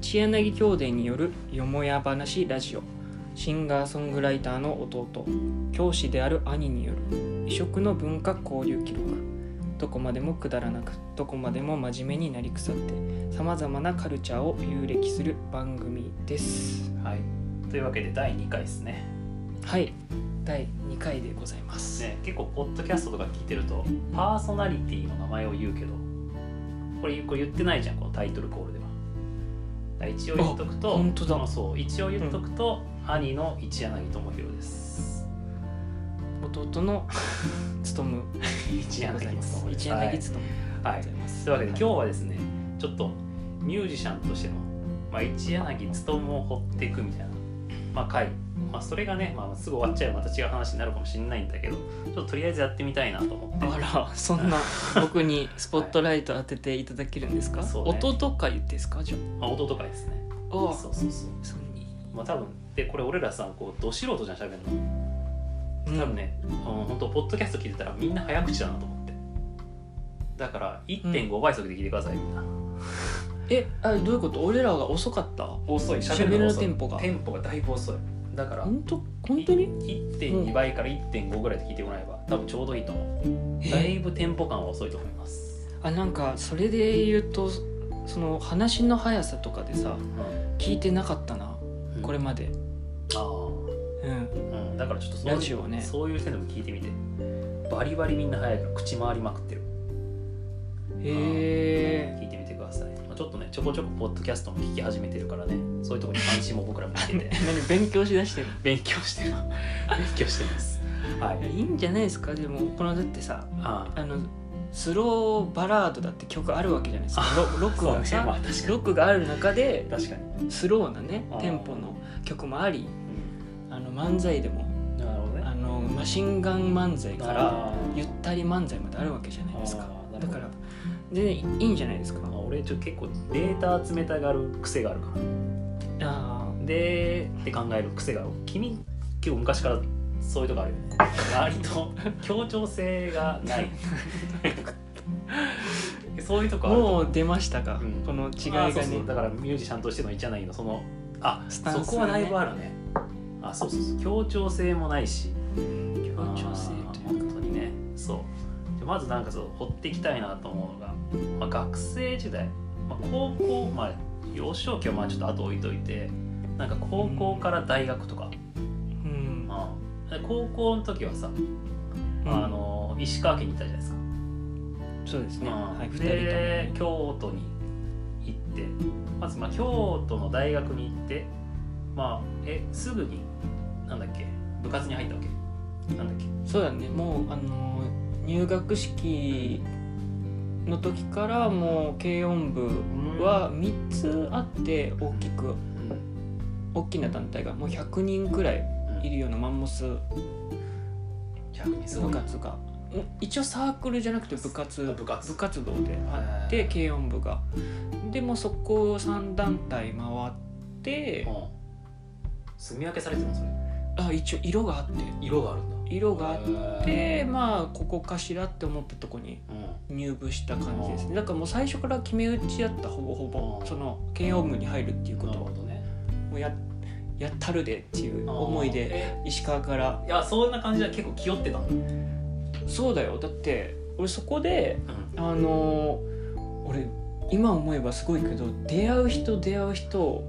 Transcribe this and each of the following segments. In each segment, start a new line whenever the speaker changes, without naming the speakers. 石柳兄弟によるよもや話ラジオシンガーソングライターの弟教師である兄による異色の文化交流記録どこまでもくだらなくどこまでも真面目になりくさってさまざまなカルチャーを遊歴する番組です
はい、というわけで第2回ですね
はい第2回でございます、
ね結構ポッドキャストとか聞いてるとパーソナリティの名前を言うけどこれこれ言ってないじゃんこのタイトルコールではだから一応言っとく
あ
と
本当だ
まあそう一応言っとくと、兄の一柳智弘です
弟の 務
一
でご
柳
ざいます
智弘
一柳
です
務
はい、は
でございます
というわけで今
はい
日はですねちょっとミュージシャンとしての、まあ、一柳勤を掘っていくみたいな、まあ、回、まあ、それがね、まあ、すぐ終わっちゃえばまた違う話になるかもしれないんだけどちょっととりあえずやってみたいなと思って
あらそ んな僕にスポットライト当てていただけるんですか、
そうね
弟会ですかじゃ
まあ、弟会ですね
あああ
そうそうそう
そんに
まあ多分でこれ俺らさこうど素人じゃん喋るの多分ね、うん、本当ポッドキャスト聞いてたらみんな早口だなと思ってだから1.5倍速で聞いてください、みんな
えあどういうこと俺らが遅かった
遅い
喋るの遅い喋るテンポが
テンポがだいぶ遅いだから
本当本当に
1.2倍から1.5ぐらいで聞いてもらえば多分ちょうどいいと思うだい
え
ぶテンポ感は遅いと思います、
あなんかそれで言うとその話の速さとかでさ聞いてなかったな
うん
これまで
ああ
うん
うんだからちょっとそういう
ラジオね
そういう点でも聞いてみてバリバリみんな早いから口回りまくってる
へえ
聞いてみてください、まあ、ちょっとねちょこちょこポッドキャストも聞き始めてるからねそういうところに関心も僕らも見て て
何勉強しだしてる
勉強してる勉強してますはい
いいんじゃないですかでもこのだってさ
ああ
あのスローバラードだって曲あるわけじゃないですかロロック
そう
が
ね
さ
まあ確か
ロックがある中で
に確かに、
スローなね
あー
テンポの曲もあり
う
あの漫才でも
ん、なるほどね
あのマシンガン漫才から
あー
ゆったり漫才まであるわけじゃないですか
あーなる
だ
ほ
か
ど
ら全然いいんじゃないですか
まあ俺ちょっと結構データ集めたがる癖があるから
あ
でって考える癖が君結構昔からそういうとこあるよね割 と協調性がない そういうとこ
ー
あると
もう出ましたか、
うん
この違い
あ
が
ーそ
ね
うそうだからミュージシャンとしての一柳のそのあ
スタンスがね
そこはだいぶあるねあそうそうそう協調性もないし
協調性と
あー
いう
本当にねそうでまずなんかそう掘っていきたいなと思うのが、まあ、学生時代、まあ、高校まあ幼少期はまあちょっと後置いといてなんか高校から大学とか、
うん
あーで高校の時はさ、あの石川県に行ったじゃないですか
そうですね、
まあ
はい、2人と
で京都に行ってまずまあ京都の大学に行ってまあえすぐになんだっけ部活に入ったわけなんだっけ
もそうだねもうあの入学式の時からもう軽音部は3つあって大きく大きな団体がもう100人くらいいるようなマンモス
逆にすご
部
い
活がん一応サークルじゃなくて部活
部活
部活動であって
へー
軽音部がでもうそこを3団体回って
うん住み分けされてるのそれ
あ一応色があって
色があるんだ
色があっ
へ
て
ー
まあここかしらって思ったとこに
うん
入部した感じですねだからもう最初から決め打ちやったほぼほぼ
あー
その軽音部に入るっていうこ
な
と
るほ
を
どね
もうややったるでっていう思いで
で
石川から
いやそんな感じで結構気負ってたんだ
そうだよだって俺そこであのー俺今思えばすごいけど出会う人出会う人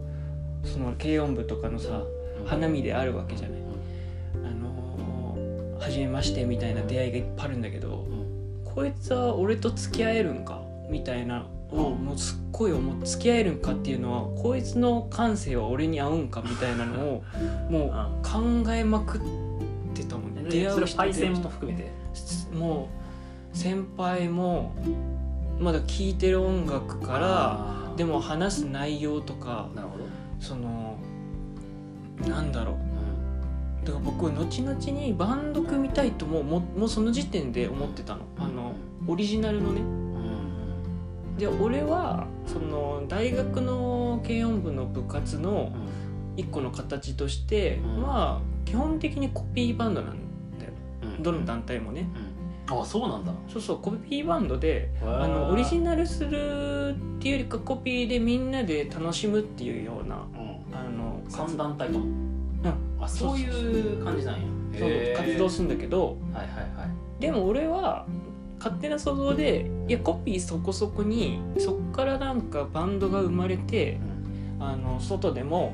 その軽音部とかのさ花見であるわけじゃない、あのー初めましてみたいな出会いがいっぱいあるんだけど
うん
こいつは俺と付き合えるんかみたいなをもうすっごい思う付き合えるんかっていうのはこいつの感性は俺に合うんかみたいなの をもう考えまくってたもんね
で
出
そ
会う
れ
人
パイ
出
セ
会
ン
う
も
人
含めて
もう先輩もまだ聴いてる音楽から
ら
でも話す内容とか
なるほど、
そのなんだろうだから僕後々にバンド組みたいともももうその時点で思ってたのあのオリジナルのね
うん
で俺はその大学の軽音部の部活の一個の形として
うん
は基本的にコピーバンドなんだよ
うん
どの団体もね
うんあそうなんだ
そうそうコピーバンドであのオリジナルするっていうよりかコピーでみんなで楽しむっていうような
ル、うん、
あの
三団体かも、
ん
あそういう感じなんや
そう
へー
活動するんだけど
はいはいはい
でも俺は勝手な想像でいやコピーそこそこにそっからなんかバンドが生まれて
うん
あの外でも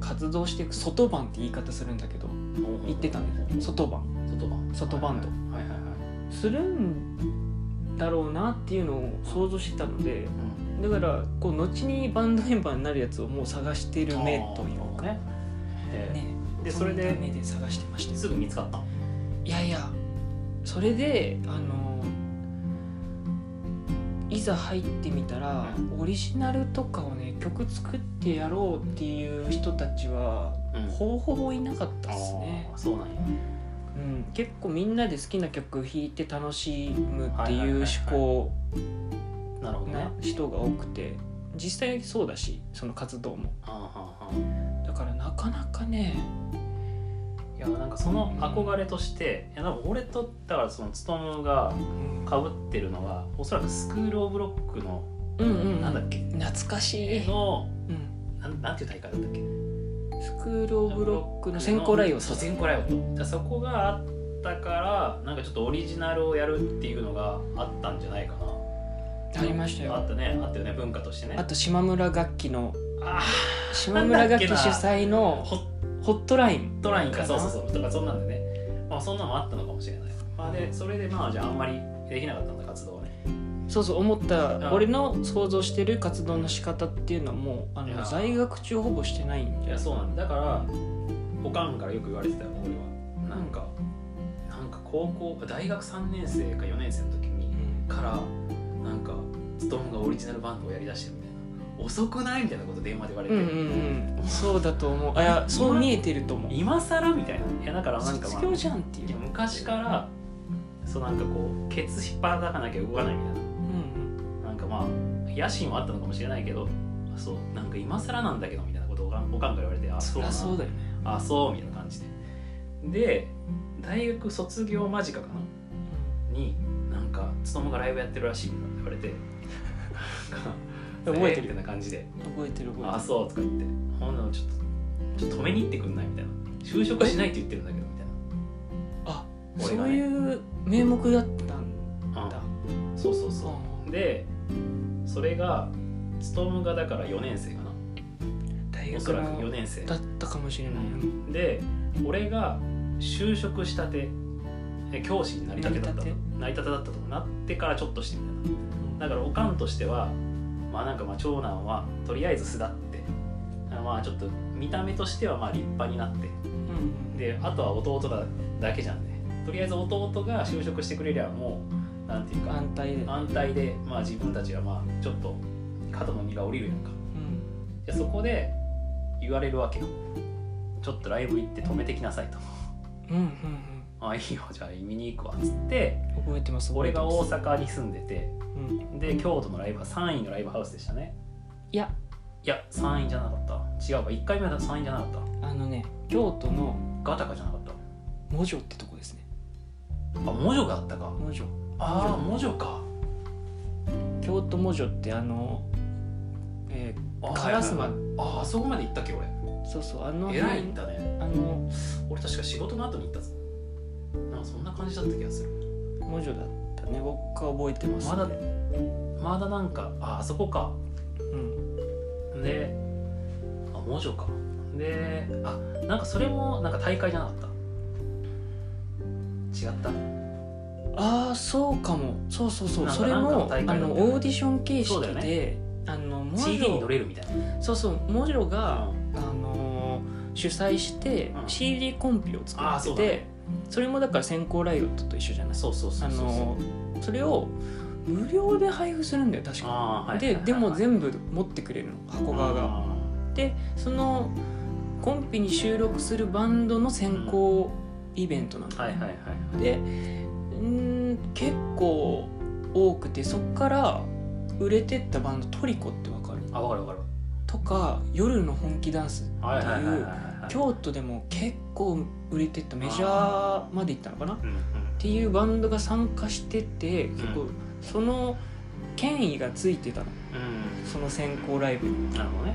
活動していく外バンって言い方するんだけど
うん
言ってたんです外バン
外バン
外バンド
はいはいはいはい、
するんだろうなっていうのを想像してたので
うん、
だからこう後にバンドメンバーになるやつをもう探してる目というか
ねへー
ね
でそれで
目で探してましたよ
すぐ見つかったの
いやいやそれであのいざ入ってみたらオリジナルとかをね曲作ってやろうっていう人たちは
うん
ほぼほぼいなかったですね
あ、ーそうなんや
うん、結構みんなで好きな曲弾いて楽しむって
はいはいはい
いう
はい
思考
なるほどね
な人が多くて実際そうだしその活動も
はんはんはん
だからなかなかね
いやなんかその憧れとして、いやなんか俺とだからその勉が
うん
かぶってるのがおそらくスクール・オブ・ロックの、
うん
なんだっけ
懐かしい、
の
うん、
なんなんていう大会だったっけ
スクール・オブ・ロックの先行ライオン
そう先行ライオンとじゃあそこがあったからなんかちょっとオリジナルをやるっていうのがあったんじゃないかな
ありました
あ
よ
ったねあったよね文化としてね
あと島村楽器 の
あ
島村楽器
なん
主
だっけな
催
ー
の
ホッ
ホットライン
トラインか
かな
そうそうそうとかそんなんでねまあそんなのもあったのかもしれない、まあ、でそれでまあじゃああんまりできなかったんだ活動はね
そうそう思った
あ
俺の想像してる活動の仕方っていうのはもうあ
いや
の在学中ほぼしてないん
い
じゃ
や
ない
そうなんだだからおかんからよく言われてたよ俺はなんか、なんか高校大学3年生か4年生の時にからなんかストーンがオリジナルバンドをやりだしてるみたいな遅くないみたいなこと電話で言われ
う
て、
んうんうんそうだと思うあいやそう見えてると思う
今更みたいないやだからなんか、ま
卒
あ
業じゃんってい
いうや昔からそうなんかこうケツ引っ張らなきゃ動かないみたい
うん
ななんかまあ野心はあったのかもしれないけどそうなんか今更なんだけどみたいなことをおかんおかんから言われてあ
そり
そう
ゃ
なんだ
そうだよね
あそうみたいな感じでで大学卒業間近かなになんか勉がライブやってるらしいみたいなこと言われて
覚えてる
みたいな感じで
覚えてる
「
覚えてる
あそう」とか言って「ほんならちょっとちょっと止めに行ってくんない?」みたいな「就職しないって言ってるんだけど」みたい
あ
俺
そ
が
う
ね
いう名目だったん
な
だ
そうそうそ
そう
うでそれが勉がだから4年生かな
大
おそ
学
らく4
の
年生
だったかもしれない
で俺が就職したてえ教師になりたてだった
なりた
なりたてだったとなってからちょっとしてみたいなだからおかんとしてはまあなんかまあ長男はとりあえず巣立ってあまあちょっと見た目としてはまあ立派になって
うん
であとは弟だだけじゃんねとりあえず弟が就職してくれりゃもうなんていうか
安泰で
安泰でまあ自分たちはまあちょっと肩の荷が下りるやんか
うん
でそこで言われるわけよちょっとライブ行って止めてきなさいと
うんうん
あいいよじゃあ見に行くわっつって
うん覚えてます覚
俺
えて
が
ます
大阪に住んでて
うん
で京都のライブは3位のライブハウスでしたね
いや
いや3位じゃなかった違うか1回目だと3位じゃなかった
あのね京都の
ガタカじゃなかった
モジョってとこですね
あモジョがあったか
モジョ
ああモジョか
京都モジョってあのえ
あー
烏丸
はいはいはいあーあそこまで行ったっけ俺
ーそうそうあの
えらい
辺
行ったね
あの
俺確か仕事の後に行ったぞなんかそんな感じだった気がする
モジョだったね僕は覚えてます
まだ
ね
まだなんかああそこか
うん
であモジョかであなんかそれもなんか大会じゃなかった違った
ああそうかもそうそうそう
なんか
それ
なん
も
か
あ
大会だったよ
の
ね
オーディション形
そう
式
だよ
であのモジ
CD に乗
ョ
れるみたいな
そうそうモジョが
うん
あのー主催して
うん
CD コンピを作
あー
って
そうだ
て
ね
それもだから先行ライオットと一緒じゃない
そうそうそ
あ
うそう
のーそれを無料で配布するんだよ確か
あーはい
ででも
部
全部持ってくれるの箱側が。でそのコンピに収録するバンドの先行イベントなの。
はいはいはいはい
でうーん結構多くてそっから売れてったバンドトリコってわかる
あわかるわかる
とか「夜の本気ダンス」っていう、
はいはいはいはいはい
京都でも結構売れてったメジャーまで行ったのかなっ
うんうん
ていうバンドが参加してて結構、
うん
その権威がついてたのその選考ライブに
うんなるほどね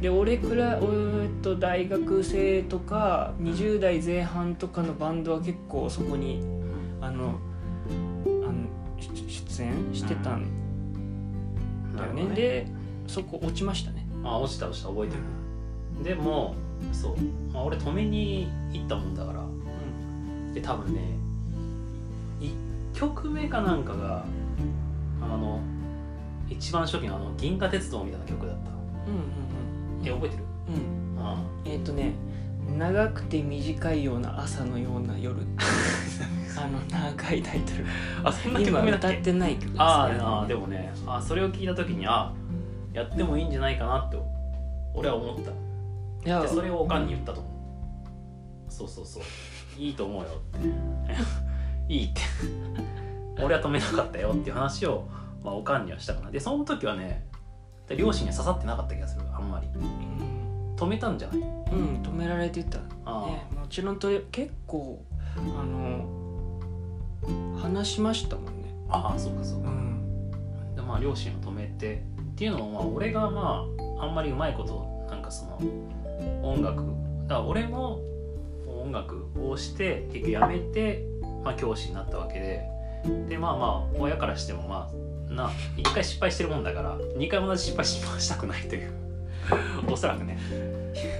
で俺くらい、えーっと大学生とか20代前半とかのバンドは結構そこに
うん
あのあの出出演してたんだ
なる
よ
ほ
ね,、
どね
でそこ落ちましたね
あ落ちた落ちた覚えてるでもそう、まあ、俺止めに行ったもんだからで多分ね1曲目かなんかがあの一番初期のあの「銀河鉄道」みたいな曲だった
うんうんうん
え覚えてる
うんうん
あ
えーっとね長くて短いような朝のような夜 あの長いタイトル
あそんな曲
今
目だっ
歌
け
ってない曲ですね
あーあーでもねあそれを聞いた時にあやってもいいんじゃないかなって俺は思った
いや
でそれをおかんに言ったと思うそうそうそういいと思うよって いいって俺は止めなかったよっていう話を、まあ、おかんにはしたかなでその時はね両親には刺さってなかった気がするあんまり
うん
止めたんじゃない
うん止められてた
あ
ね、もちろんと結構あの話しましたもんね、
あああそうかそうか、
ん、
でまあ両親を止めてっていうのもまあ俺がまああんまりうまいことなんかその音楽だから俺も音楽をして結局やめて、まあ、教師になったわけででまあまあ親からしてもまあな一回失敗してるもんだから二回同じ失敗しましたくないという おそらくね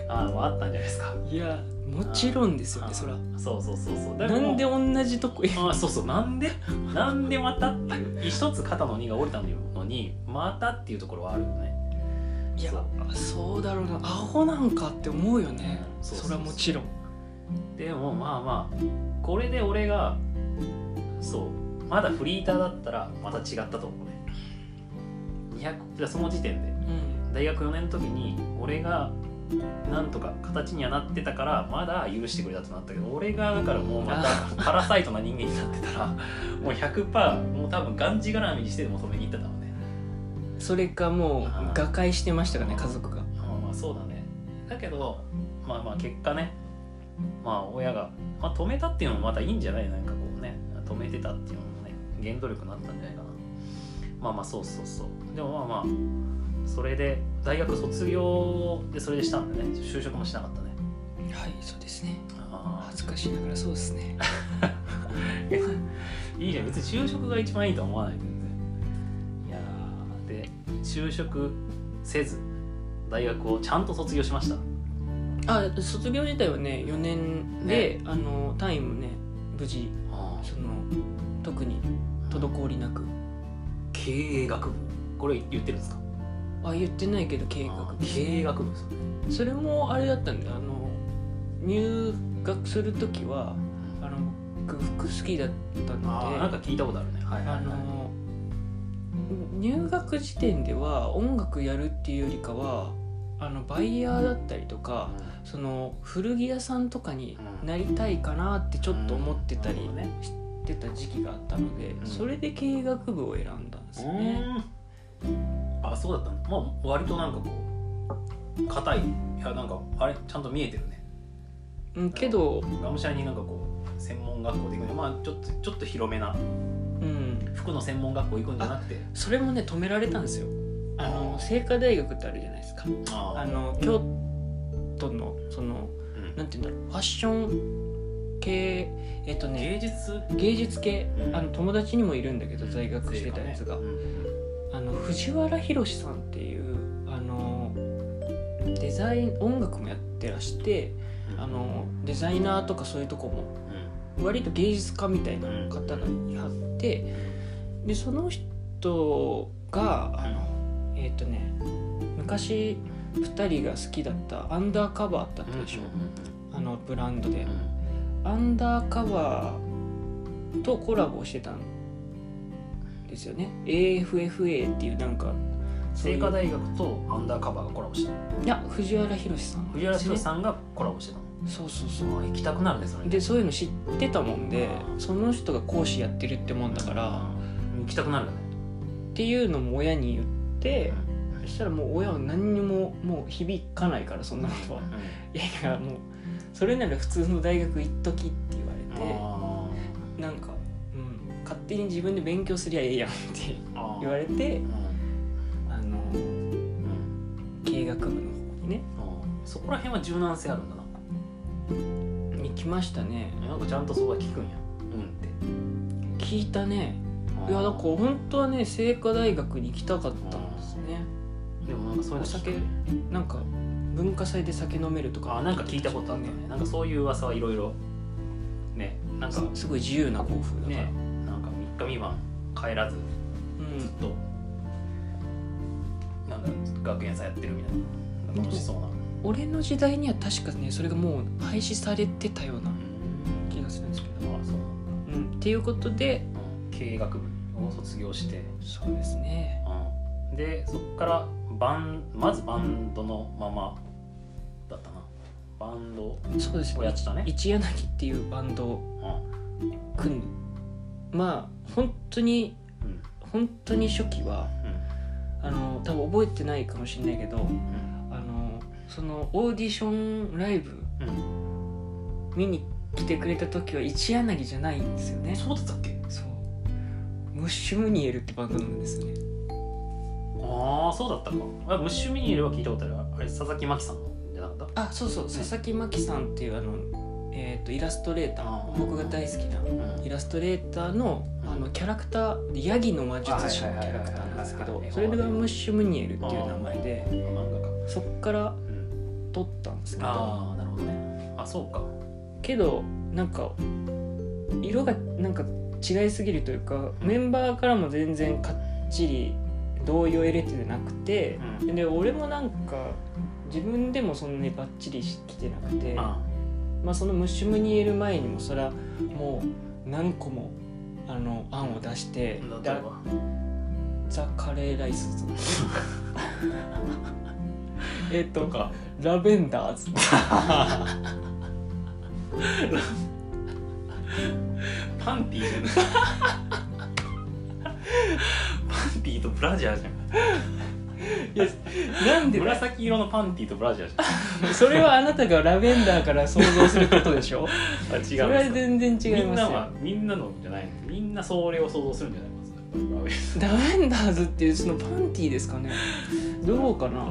あのあったんじゃないですか
いやもちろんですよ
あ
ね
ー
そら
そうそうそうそうだか
な
らもうん
で同じとこ
あーそうそうなんでなんでまたっていう一つ肩の荷が下りたのにまたっていうところはあるよね
いや
そう
そうだろうなアホなんかって思うよね
うんそうそうそ
そ
う
らもちろん
でもまあまあこれで俺がそうまだフリーターだったらまた違ったと思うね200じゃあその時点で
うん
大学4年の時に俺がなんとか形にはなってたからまだ許してくれたとなったけど俺がだからもうま
あ
たパラサイトな人間になってたらもう100%もう多分がんじがらみにしてでも止めに行ってたもんね
それかもう瓦解してましたからね家族が
まあまあそうだねだけどまあまあ結果ねまあ親が、まあ、止めたっていうのもまたいいんじゃないなんかこうね止めてたっていうのもね原動力になったんじゃないかなまあまあそうそうそうでもまあまあそれで大学卒業でそれでしたんでね就職もしなかったね
はいそうですね
あ
恥ずかしいながらそうです ね
いいじゃん別に就職が一番いいとは思わないけどねいやーで就職せず大学をちゃんと卒業しました
あ卒業自体はね4年で、あの単位もね無事その特に滞りなく
経営学部これ言ってるんですか
あ言ってないけど計
あ
画
ー経営学部ですよね
それもあれだったんだよあの入学する時はあの僕服好きだった
あーなん
の
か
で
聞いたことあるねはいはい
あ
はい
の入学時点では音楽やるっていうよりかはあのバイヤーだったりとかその古着屋さんとかになりたいかなってちょっと思ってたり
うんなるほどね
してた時期があったので
うん
それで経営学部を選んだんですよね。
うんあそうだったんだまあ割となんかこう硬いいやなんかあれちゃんと見えてるね
うんけど、
がむしゃらになんかこう専門学校で行くのまあちょっとちょっと広めな
うん、
服の専門学校行くんじゃなくて
それもね止められたんですよあの清華大学ってあるじゃないですか
あ
あの京都のその
うん
なんて言うんだろうファッション系えっとね
芸術
芸術系
うん
あの友達にもいるんだけど在学してたやつが、
うん
あの藤原宏さんっていうあのデザイン音楽もやってらしてあのデザイナーとかそういうとこも割と芸術家みたいな方がいはってでその人があのえっ、とね昔2人が好きだったアンダーカバーってあったでしょ、あのブランドで
うん
アンダーカバーとコラボしてたんですよね AFFA っていうなんかそうい
清
う
華大学とアンダーカバーがコラボしてた
いや藤原宏さん
藤原宏
ん
さんがコラボしてたの
そうそうそう
あ行きたくなるねそれ
でそういうの知ってたもんで
あー
その人が講師やってるってもんだから、
行きたくなるよね
っていうのも親に言ってそしたらもう親は何にももう響かないからそんなことはいやいやもうそれなら普通の大学行っときって言われて
あ
なんか、うん、勝手に自分で勉強すりゃええやんって
ーあー
言われて
うん
あの
うん
経営学部の方にね
あーそこら辺は柔軟性あるんだな
行きましたね
なんかちゃんとそこは聞くんやうんって
聞いたね
あー
いやだから本当はね清華大学に行きたかったんですね
でもなんかそういうの
お酒
聞くね
なんか文化祭で酒飲めると
あ
か
ーなんか聞いたことあったねなんかそういう噂はいろいろねなんか
すすごい自由な校風だから、
ねなんか3日未満帰らずずっとなんか学園祭やってるみたいな楽しそうな
うん、俺の時代には確かねそれがもう廃止されてたような気がするんですけど、
まあそうなんだ
うん、っていうことで
うん経営学部を卒業して、
そうですね
うん、でそこからバンまずバンドのままだったなバンド、
そうです
をやってたね
一柳っていうバンドを
うん
組むまあ本当に
うん
本当に初期はあの多分覚えてないかもしれないけど
うん
あのそのオーディションライブ
うん
見に来てくれた時は一柳じゃないんですよね
そうだったっけ
そうムッシュムニエルってバンドなんですよね
ああそうだったかあムッシュミニエルは聞いたことあるあれ佐々木真希さんのじゃなかった
あそうそう佐々木真希さんっていうあの、えー、とイラストレータ
あ
ー
ー
僕が大好きな
うん
イラストレーターのあのキャラクターでヤギの魔術師のキャラクターなんですけ
はいは
ど
いはいはいはい
それがムッシュムニエルっていう名前で
漫画か
そっから
うん
撮ったんですけど
ああなるほどねあそうか
けどなんか色がなんか違いすぎるというかメンバーからも全然かっちり同意を得れてなくて
うん
で俺もなんか自分でもそんなにバッチリしてきてなくて。
あ
まあ、そのムシュムニエル前にもそれはもう何個もあの案を出して
ー
「
例
だ
えば
ザ・カレーライス ズ」えっと
とか
「ラベンダーズ」
パンティーじゃないパンティーとブラジャーじゃん
なんでだよ
紫色のパンティーとブラジャーじ
それはあなたがラベンダーから想像することでしょ
ゃんあ違うんです
そ
か
れは全然違い
みん
ます
な
よ
はみんなのじゃないのみんなそれを想像するんじゃないまず
ラベンダーズっていうそのパンティーですかねどうかな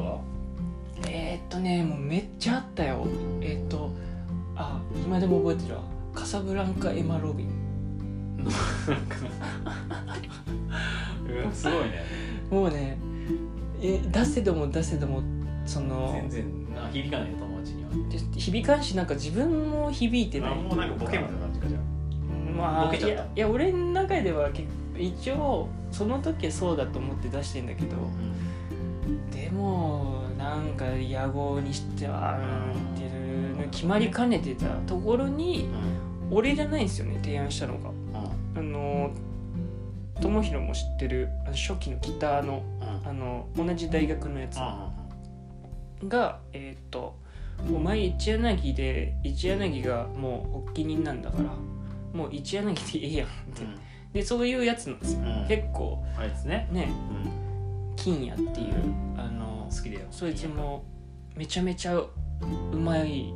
えー、っとねもうめっちゃあったよえーっとあ今でも覚えてるわ「カサブランカ・エマ・ロビン」
なんかうんすごいね
もうねえ出せども出せどもその
全然な響かないよ友達には
で響かんしなんか自分も響いてない
あもうなんかボケみたいな感じかじゃ
まあ
ボケ
い
ちゃった
やいや俺の中では結構一応その時はそうだと思って出してんだけどでもなんか野望にしてはうんっていうの決まりかねてたところに
あ
俺じゃないんですよね提案したのがあの友弘も知ってるあの初期のギターの
うんうんうん
あの同じ大学のやつ
う
がえーっとお前一柳で一柳がもう発起人なんだからもう一柳でええやんって、
ん
でそういうやつなんですよ、
うん
結構
あれですね
ね
うん
金也っていうあの
好きだよ
そいつもめちゃめちゃうまい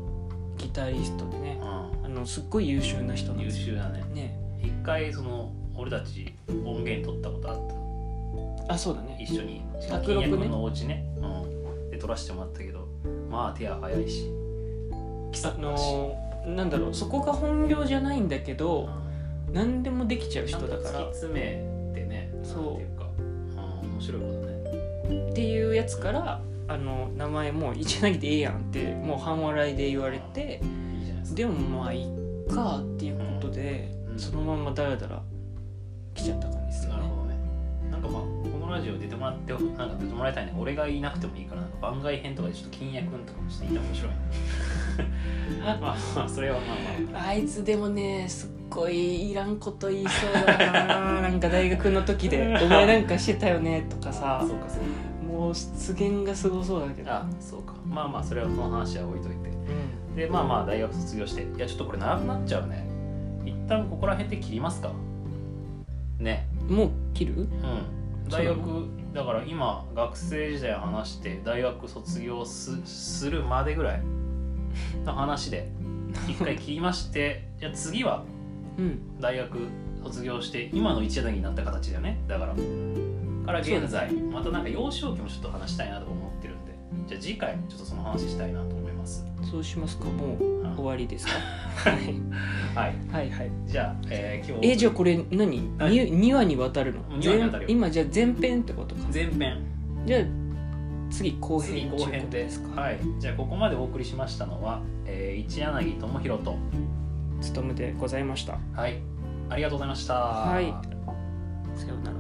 ギタリストでねあのすっごい優秀な人なん
優
ですよ
秀だね
ね
一回その俺たち音源取ったことあった
あそうだね
一緒に
宅録ね
金のお家ね、うん、で撮らせてもらったけどまあ手は早いし気
あ
さくだし、
のなんだろうそこが本業じゃないんだけど何でもできちゃう
ちゃ
人
んと
だ
突
から
き詰めてね
そう
なんていうか、うん、面白いことね
っていうやつからあの名前もう一柳でええやんってもう半笑いで言われて
いいじゃないですか
でもまあいっかっていうことで、
うん
そのままだらだら来ちゃった感じですよ
なる
ね
ほどねなんかまあこのラジオ出てもらってなんか出てもらいたいね俺がいなくてもいいからなんか番外編とかでちょっと金也くんとかもしていたら面白いね まあまあそれはまあま
あいつでもねすっごいいらんこと言いそうだ ななんか大学の時 で「お前なんかしてたよね」とか
ああ
さ
そうかそうか
もう出現がすごそうだけど、
あそうかまあまあそれはその話は置いといて
うん
でまあまあ大学卒業していやちょっとこれ長くなっちゃうね一旦ここら辺で切りますかね
もう切る
うん大学だから今学生時代話して大学卒業すするまでぐらいの話で一回切りましてじゃあ次は
うん
大学卒業して今の一柳になった形だよねだからから現在またなんか幼少期もちょっと話したいなと思ってるんでじゃあ次回ちょっとその話したいなと思います
そうしますかもう終
は
わり ですかはい
い
はいはい
じゃあ、えー今日
えじゃあこれ何
はい
2, 二話にわたるの
二話にわたるよ
前今じゃあ前編ってことか
前編
じゃあ次後
次
編
後
というこ
編
と
で
ですか
はいじゃあここまでお送りしましたのは、えー一柳智弘と
務めでございました
はいありがとうございました
はいさようなら